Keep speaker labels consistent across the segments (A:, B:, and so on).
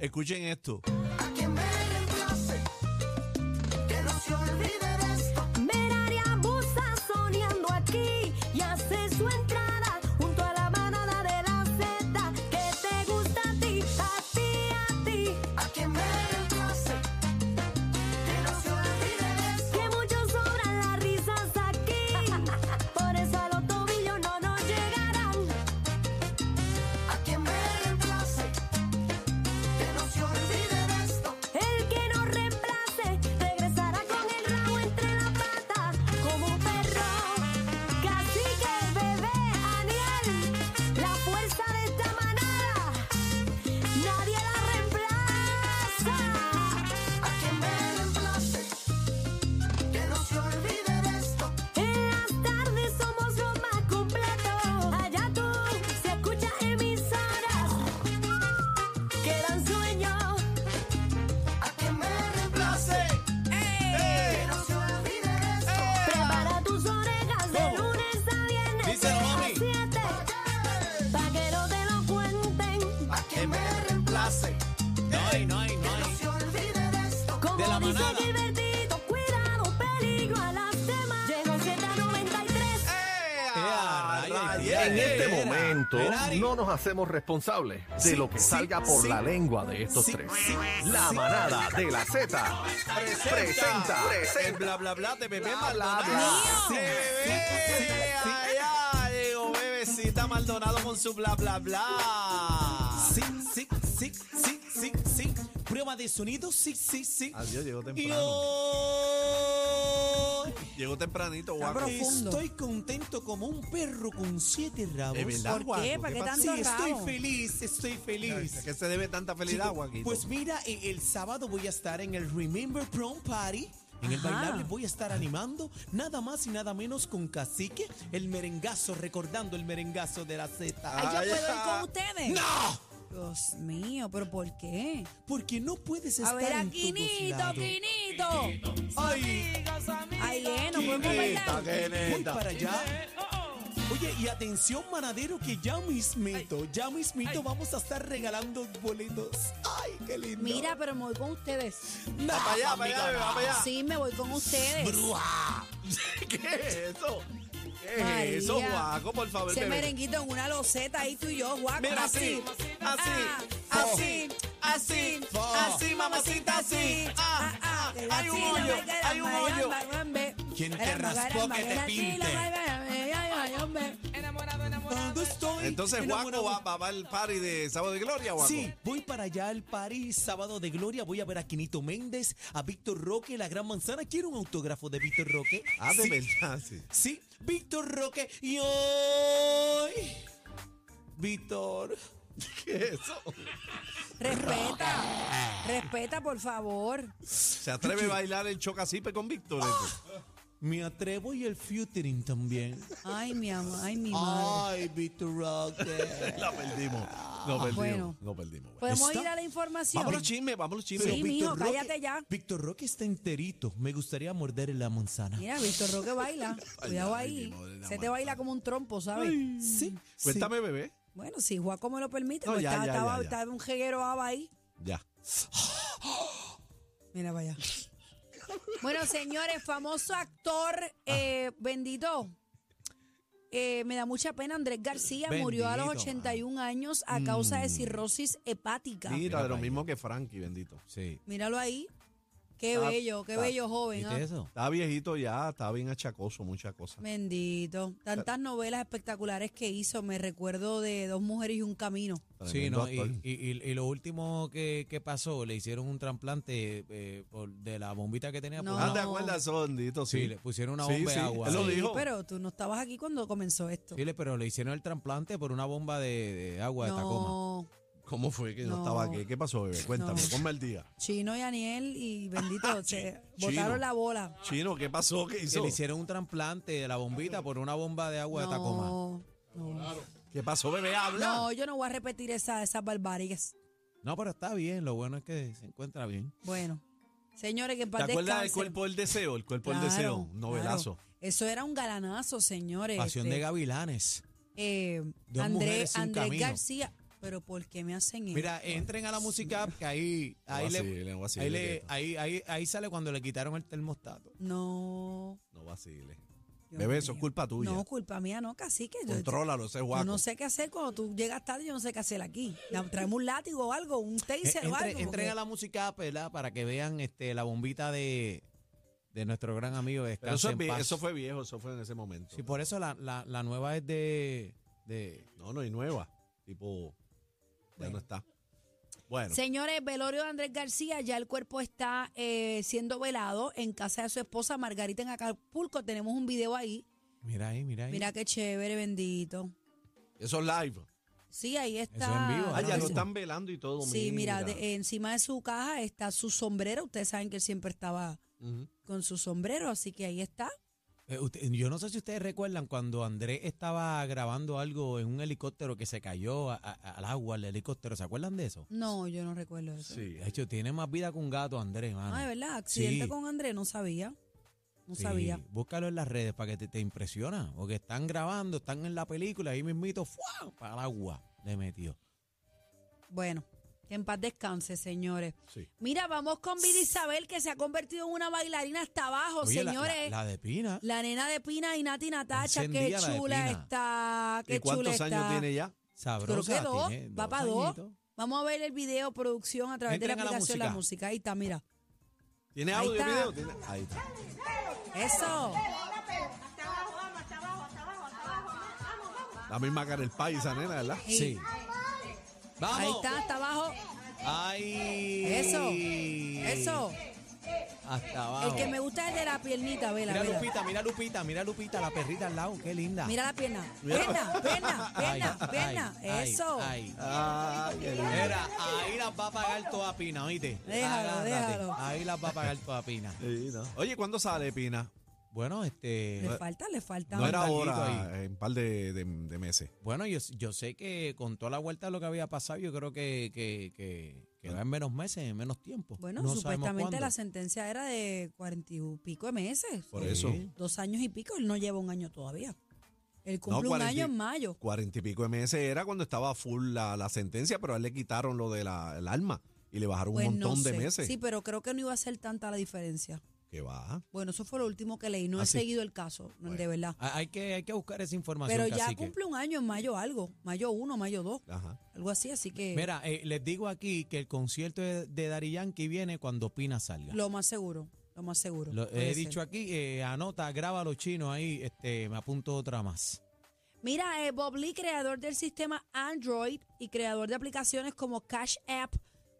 A: Escuchen esto.
B: A quien me reemplace, que no se olvide de esto.
C: Meraria abusa soñando aquí y hace su entrada junto a la manada de la Z que te gusta a ti, a ti, a ti.
B: A quien me reemplace, que no se olvide de esto.
C: Que muchos sobran las risas aquí, por eso a los tobillos no nos llegarán.
B: A quien me reemplace, que no se olvide de esto.
C: El que nos reemplace regresará con el rabo entre la pata como un perro. Cacique, bebé, Aniel, la fuerza de esta manada, nadie la reemplaza.
B: A quien me reemplace, que no se olvide de esto.
C: En las tardes somos lo más completo. Allá tú se escucha emisoras. Quedan sueños.
B: A quien me reemplace, que no se olvide de esto.
C: Prepara tus orejas de
A: ¿Cómo?
C: lunes a viernes.
A: Díselo, mami.
C: a siete, pa' que no te lo cuenten.
B: A quien me reemplace,
A: No hay, no hay, no
B: que no
A: hay.
B: se olvide de esto.
C: Como
A: De la
C: dice
A: manada.
C: divertido, cuidado, peligro a las demás. Llegó Z93.
A: ¡Ea, rayos!
D: En
A: Ea,
D: este
A: era,
D: momento
A: Ferrari.
D: no nos hacemos responsables de
A: Sí,
D: lo que
A: sí,
D: salga por
A: sí.
D: la lengua de estos
A: Sí,
D: tres.
A: sí,
D: la
A: sí.
D: manada de la Z presenta,
A: El bla bla bla de bebé
D: Bla,
A: Maldonado.
D: bla, bla.
A: Sí, sí, sí, sí. Ay, ay, Llegó bebecita Maldonado con su bla bla bla.
E: Sí, sí, sí, sí, sí, sí. Prueba de sonido, sí, sí, sí.
A: Adiós, llegó
E: Y
A: temprano.
E: hoy
A: Llegó tempranito, guapo.
F: Cabrón. Profundo.
E: estoy contento como un perro con siete rabos.
A: De verdad,
F: ¿Por
A: guapo,
F: qué? ¿Para qué
A: pasa?
E: Sí,
F: tanto
E: estoy
F: rabo?
E: feliz, estoy feliz.
A: ¿A qué se debe tanta felicidad,
E: Chico,
A: Joaquito?
E: Pues mira, eh, el sábado voy a estar en el Remember Prom Party. En el
F: Ajá.
E: bailable voy a estar animando nada más y nada menos con Cacique, el merengazo, recordando el merengazo de la
F: Ay,
E: Z.
F: yo puedo ir con ustedes.
E: ¡No!
F: Dios mío, pero ¿por qué?
E: Porque no puedes estar
F: A ver, a
E: en todos
F: Quinito,
E: lados.
F: Quinito.
E: ¡Ay!
F: Ay, eh, no podemos bailar.
E: Voy para allá. Oye, y atención, manadero, que ya mismito, ya mismito vamos a estar regalando boletos. ¡Ay, qué lindo!
F: Mira, pero me voy con ustedes.
E: No,
A: Va para allá, para allá, va para allá.
F: Sí, me voy con ustedes.
A: ¡Bruja! ¿Qué es eso? ¿Qué es
F: María.
A: eso, Guaco? Por favor,
F: Ese
A: bebé.
F: merenguito en una loseta ahí tú y yo, guaco.
A: Mira, así, así,
F: Ah,
A: así,
F: así,
A: así, así, mamacita, así. Ah, ah, hay un hoyo, hay un hoyo.
E: Quien te raspó, que te pinte. ¿Dónde estoy?
A: Entonces, Guaco
E: enamorado.
A: va, va, va al party de Sábado de Gloria, Guaco.
E: Sí, voy para allá al París, sábado de gloria. Voy a ver a Quinito Méndez, a Víctor Roque, la gran manzana. Quiero un autógrafo de Víctor Roque.
A: Ah, de
E: Sí,
A: verdad, sí.
E: Sí, Víctor Roque. Y hoy. Víctor.
A: ¿Qué es eso?
F: Respeta, respeta, por favor.
A: ¿Se atreve a bailar el chocacipe con Víctor? este?
E: Me atrevo y el featuring también.
F: Ay, mi amor, ay, mi madre.
E: Ay, Víctor Roque.
A: La perdimos. No perdimos.
F: Bueno.
A: No perdimos. güey.
F: ¿Podemos
E: ¿Está?
F: ir a la información?
A: Vamos a los chismes, vamos a los chismes.
F: Sí,
E: Pero Víctor
F: mijo,
E: Roque-
F: cállate ya.
E: Víctor Roque está enterito. Me gustaría morder la manzana.
F: Mira, Víctor Roque baila. Cuidado
A: ay, mi
F: ahí.
A: madre, la
F: Se te
A: mata.
F: baila como un trompo, ¿sabes?
E: Sí.
A: Cuéntame, bebé.
F: Bueno, si Juaco me lo permite,
A: No,
F: pues
A: ya,
F: estaba,
A: ya,
F: estaba-
A: ya, ya.
F: estaba un jeguero aba ahí.
A: Ya.
F: Mira para allá. bueno, señores, famoso actor, eh, bendito. Eh, me da mucha pena, Andrés García murió a los
E: Bendito,
F: 81 años a causa de cirrosis hepática.
A: Mm. Mira, de lo
E: para
A: mismo que Frankie, bendito.
E: Sí.
F: Míralo ahí. Qué
A: Está-
F: bello, qué
A: está-
F: bello joven.
E: ¿Viste
F: ah.
E: eso?
A: Estaba viejito ya, estaba bien achacoso, muchas cosas.
F: Bendito.
A: Ah.
F: Tantas novelas espectaculares que hizo. Me recuerdo de Dos Mujeres y un Camino.
G: Sí,
A: Tremendo
G: no, y,
A: actor.
G: y- y- y lo último que, que pasó, le hicieron un trasplante eh, por- de la bombita que tenía.
F: No.
G: por
A: Ah,
G: una-
A: ¿te acuerdas, Sondito?
G: sí, le pusieron una
A: Sí,
G: bomba
A: sí,
G: de agua.
A: él lo
G: Sí,
A: dijo.
F: Pero tú no estabas aquí cuando comenzó esto.
G: sí, le- pero le hicieron el trasplante por una bomba de, de agua de Tacoma.
F: no,
A: ¿Cómo fue que no,
F: No.
A: estaba aquí? ¿Qué pasó, bebé? Cuéntame,
F: No.
A: ponme el día.
F: Chino y Aniel y bendito, se botaron la bola.
A: Chino, ¿qué pasó? ¿Qué
G: Que
A: hizo?
G: le hicieron un trasplante de la bombita por una bomba de agua de Tacoma.
F: No, no,
A: ¿Qué pasó, bebé? Habla.
F: No, yo no voy a repetir esa- esas barbaries.
G: No, pero está bien, lo bueno es que se encuentra bien.
F: Bueno, señores, que en paz
A: ¿Te acuerdas del
F: descansen.
A: cuerpo del deseo? El cuerpo del
F: Claro,
A: deseo, un novelazo.
F: claro. Eso era un galanazo, señores.
G: Pasión
F: Este,
G: de gavilanes.
F: eh,
G: Dos mujeres
F: Andrés,
G: sin
F: Andrés
G: camino.
F: García. Pero ¿por qué me hacen eso?
G: Mira, entren a la música app, que ahí, ahí, le,
A: vacilen, vacilen,
G: ahí, le,
A: quieto.
G: ahí, ahí, ahí sale cuando le quitaron el termostato.
F: No.
A: No vaciles.
F: Dios
A: Bebé, eso es
F: mío.
A: culpa tuya.
F: No, culpa mía, no, casi que yo,
A: Contrólalo, ese
F: yo
A: guaco.
F: no sé qué hacer cuando tú llegas tarde, yo no sé qué hacer aquí. La- Traemos un látigo o algo, un
G: Eh,
F: taser o
G: entre-
F: algo.
G: entren a
F: porque-
G: la música app, ¿verdad? Para que vean este, la bombita de, de nuestro gran amigo.
A: Pero
G: Descanse
A: eso, es
G: en
A: vie-
G: paz.
A: eso fue viejo, eso fue en ese momento.
G: Sí, pues. por eso la, la, la nueva es de, de...
A: No, no, y nueva. Tipo, ya no está. Bueno,
F: Señores, velorio de Andrés García, ya el cuerpo está eh, siendo velado en casa de su esposa Margarita en Acapulco. Tenemos un video ahí.
G: Mira ahí, mira ahí.
F: Mira qué chévere, bendito.
A: eso es live.
F: Sí, ahí está.
G: en vivo,
A: Ah,
G: no,
A: ya lo
G: eso-
A: están velando y todo.
F: Sí, mira, de- encima de su caja está su sombrero. Ustedes saben que él siempre estaba
A: Ujú.
F: con su sombrero, así que ahí está.
G: Eh, usted- yo no sé si ustedes recuerdan cuando Andrés estaba grabando algo en un helicóptero que se cayó a- a- al agua, el helicóptero. ¿Se acuerdan de eso?
F: No, yo no recuerdo eso.
A: Sí.
G: De hecho, tiene más vida que un gato, Andrés, mano.
F: Ah, de verdad, accidente
G: Sí.
F: con Andrés, no sabía. No
G: Sí,
F: sabía.
G: Búscalo en las redes para que te, te impresiona. Porque están grabando, están en la película, ahí mismito, ¡fua! para el agua le metió.
F: Bueno, que en paz descanse, señores.
A: Sí.
F: Mira, vamos con Vida Isabel, que se ha convertido en una bailarina hasta abajo,
G: Oye, la- La,
F: señores. La,
G: la de Pina.
F: nena de Pina y Nati Natacha,
G: Encendida
F: qué
G: la de
F: chula
G: Pina.
F: está. Qué
A: ¿Y cuántos
F: chula
A: años
F: está.
A: tiene ya?
F: Creo
G: Sabrosa.
F: que dos,
G: tiene
F: va para dos.
G: ¿eh? añitos.
F: Vamos a ver el video, producción, a través
G: Entren
F: de
G: a
F: la
G: la
F: aplicación La
G: música.
F: Música. Ahí está, mira.
A: ¿Tiene
F: Ahí
A: audio
F: está.
A: video? ¿Tiene? Ahí está.
F: Eso.
A: La misma cara el paisa, nena, ¿verdad?
G: Sí. Vamos.
F: Ahí está, hasta abajo.
G: Ahí.
F: Eso. Eso.
G: Hasta abajo.
F: El que me gusta es el de la piernita, vela,
G: Mira
F: vela.
G: Lupita, mira Lupita, mira Lupita, la perrita al lado, qué linda.
F: Mira la pierna. Pierna, pierna, pierna,
G: Ay,
F: pierna.
G: ay,
F: Eso.
G: ay.
A: Ay, qué lindo.
G: Mira, ahí las va a pagar toda Pina, oíste.
F: Déjalo,
G: Agárrate.
F: déjalo.
G: Ahí las va a pagar toda Pina.
A: Sí, ¿no? Oye, ¿cuándo sale Pina?
G: Bueno, este.
F: Le falta, le falta.
A: No era
G: Tan
A: ahora,
G: larguito
A: en un par de, de- de meses.
G: Bueno, yo, yo sé que con toda la vuelta de lo que había pasado, yo creo que, que, que, que va en menos meses, en menos tiempo.
F: Bueno,
G: No sabemos
F: supuestamente
G: cuándo.
F: la sentencia era de cuarenta y pico de meses.
A: Por
G: Sí.
A: eso,
F: Dos años y pico, él no lleva un año todavía. Él cumple un
A: 40
F: año en mayo.
A: cuarenta y pico de meses era cuando estaba full la, la sentencia, pero a él le quitaron lo del el alma y le bajaron
F: Pues
A: un
F: no
A: montón de
F: sé.
A: meses.
F: Sí, pero creo que no iba a ser tanta la diferencia.
A: Que va.
F: Bueno, eso fue lo último que leí. No
A: Ah,
F: he
A: sí.
F: seguido el caso, no, de
A: Bueno.
F: verdad.
G: Ah, Hay que, hay que buscar esa información.
F: Pero ya
G: cacique.
F: cumple un año en mayo algo. Mayo 1, mayo 2,
A: Ajá.
F: algo así. Así que
G: Mira, eh, les digo aquí que el concierto de, de Dari Yankee viene cuando Pina salga.
F: lo más seguro, lo más seguro.
G: Lo
F: puede
G: he
F: ser.
G: dicho aquí, eh, anota, graba los chinos ahí, este, me apunto otra más.
F: Mira, eh, Bob Lee, creador del sistema Android y creador de aplicaciones como Cash App,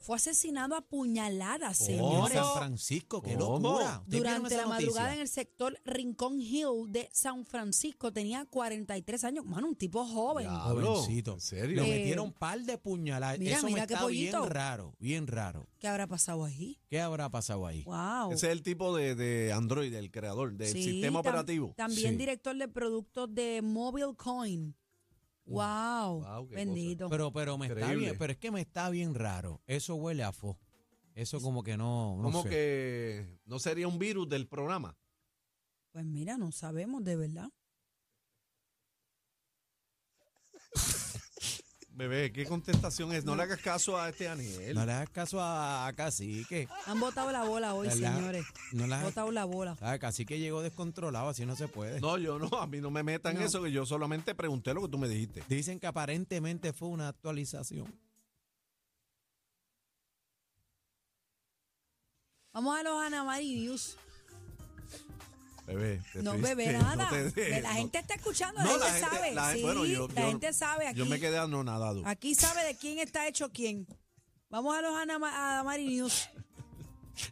F: fue asesinado a puñaladas,
G: En
F: señores.
G: San Francisco, qué
A: ¿Cómo?
G: locura. ¿Ustedes Oh, vieron
F: Durante
G: esa
F: la madrugada en
G: noticia?
F: el sector Rincón Hill de San Francisco tenía 43 años. Mano, un tipo joven.
A: Diablo,
G: Jovencito.
A: ¿en serio?
G: Le
F: Eh,
G: metieron un par de puñaladas.
F: mira,
G: Eso me
F: mira qué
G: está bien
F: pollito.
G: raro, bien raro.
F: ¿Qué habrá pasado ahí?
G: ¿Qué habrá pasado ahí?
F: Wow.
A: Ese es el tipo de, de Android, el creador, del
F: Sí,
A: sistema
F: tam-
A: operativo.
F: También
G: Sí.
F: director de productos de Mobile Coin. Wow.
A: wow, qué
F: bendito.
G: Pero, pero me está
A: Increíble.
G: bien, pero es que me está bien raro. Eso huele a fo. Eso como que no, no
A: Como
G: sé.
A: que no sería un virus del programa.
F: Pues mira, no sabemos de verdad.
A: Bebé, ¿qué contestación es? No le hagas caso a este Aniel.
G: No le hagas caso a, a Cacique.
F: Han botado la bola hoy,
G: ¿Verdad?
F: señores.
G: No le
F: Han
G: hagas
F: botado la bola.
G: Ah, casi que llegó descontrolado, así no se puede.
A: No, yo no, a mí no me metan
F: No.
A: eso, que yo solamente pregunté lo que tú me dijiste.
G: Dicen que aparentemente fue una actualización.
F: Vamos a los Anamarius.
A: Bebé, te
F: No
A: estoy-
F: bebe
A: te- no
F: nada.
A: te dejes,
F: la
A: no.
F: gente está escuchando, la
A: No,
F: gente
A: la gente-
F: sabe.
A: la-
F: sí,
A: bueno, yo-
F: la
A: yo-
F: gente sabe aquí.
A: Yo me quedé anonadado.
F: Aquí sabe de quién está hecho quién. Vamos a los Anama- a Anamarius.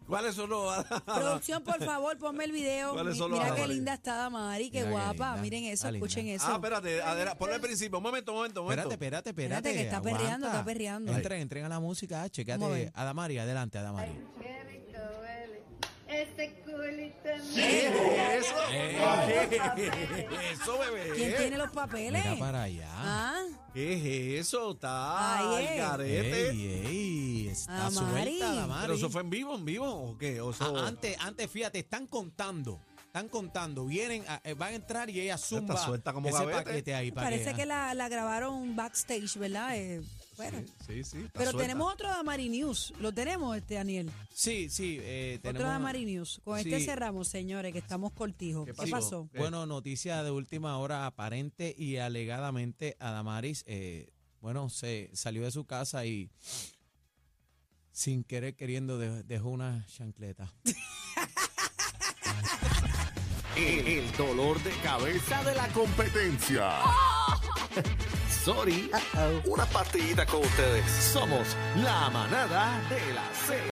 A: ¿Cuáles son los
F: Producción, por favor, ponme el video.
A: ¿Cuáles
F: Mi-
A: son los
F: Mira qué
A: Anamarius?
F: linda está Damari, qué
G: Mira qué
F: guapa.
G: linda.
F: Miren eso,
G: Está linda.
F: escuchen eso.
A: Ah, espérate, adela- ponle el principio. Un momento, un momento, un momento.
G: Espérate, espérate, espérate.
F: Espérate, que está
G: aguanta.
F: perreando, está perreando.
G: Entren, entren a la música, ah,
F: Vamos a ver.
G: checate. Adamari, adelante, Adamari.
H: Qué rico huele. Ese culito es
A: ¿Qué es eso?
G: Eh.
A: ¿Qué es eso, bebé?
F: ¿Quién tiene los papeles?
G: Mira para allá.
F: Ah,
A: ¿Qué es eso? Está al
F: Ay, eh.
A: garete.
G: ey, ey, está
F: Adamari.
G: suelta, Adamari.
A: ¿Pero eso fue en vivo, en vivo o qué? O eso-
G: Ah, antes, antes, fíjate, están contando. Están contando, vienen, a- eh, van a entrar y ella zumba
A: suelta como
G: ese
A: gavete.
G: paquete ahí. para
F: parece que la, la grabaron backstage, ¿verdad? Eh, Bueno.
G: Sí, sí, está
F: Pero
G: suelta.
F: tenemos otro Damari News. Lo tenemos, este Daniel.
G: Sí, sí, eh, tenemos...
F: otro
G: una-
F: Damari News. Con este
G: Sí.
F: cerramos, señores, que estamos cortijos. ¿Qué, pasó?
G: eh, Bueno, noticia de última hora aparente y alegadamente Adamaris, eh, bueno, se salió de su casa y sin querer queriendo de- dejó una chancleta.
D: El, el dolor de cabeza de la competencia. Sorry. Una partidita con ustedes. Somos la manada de la Z.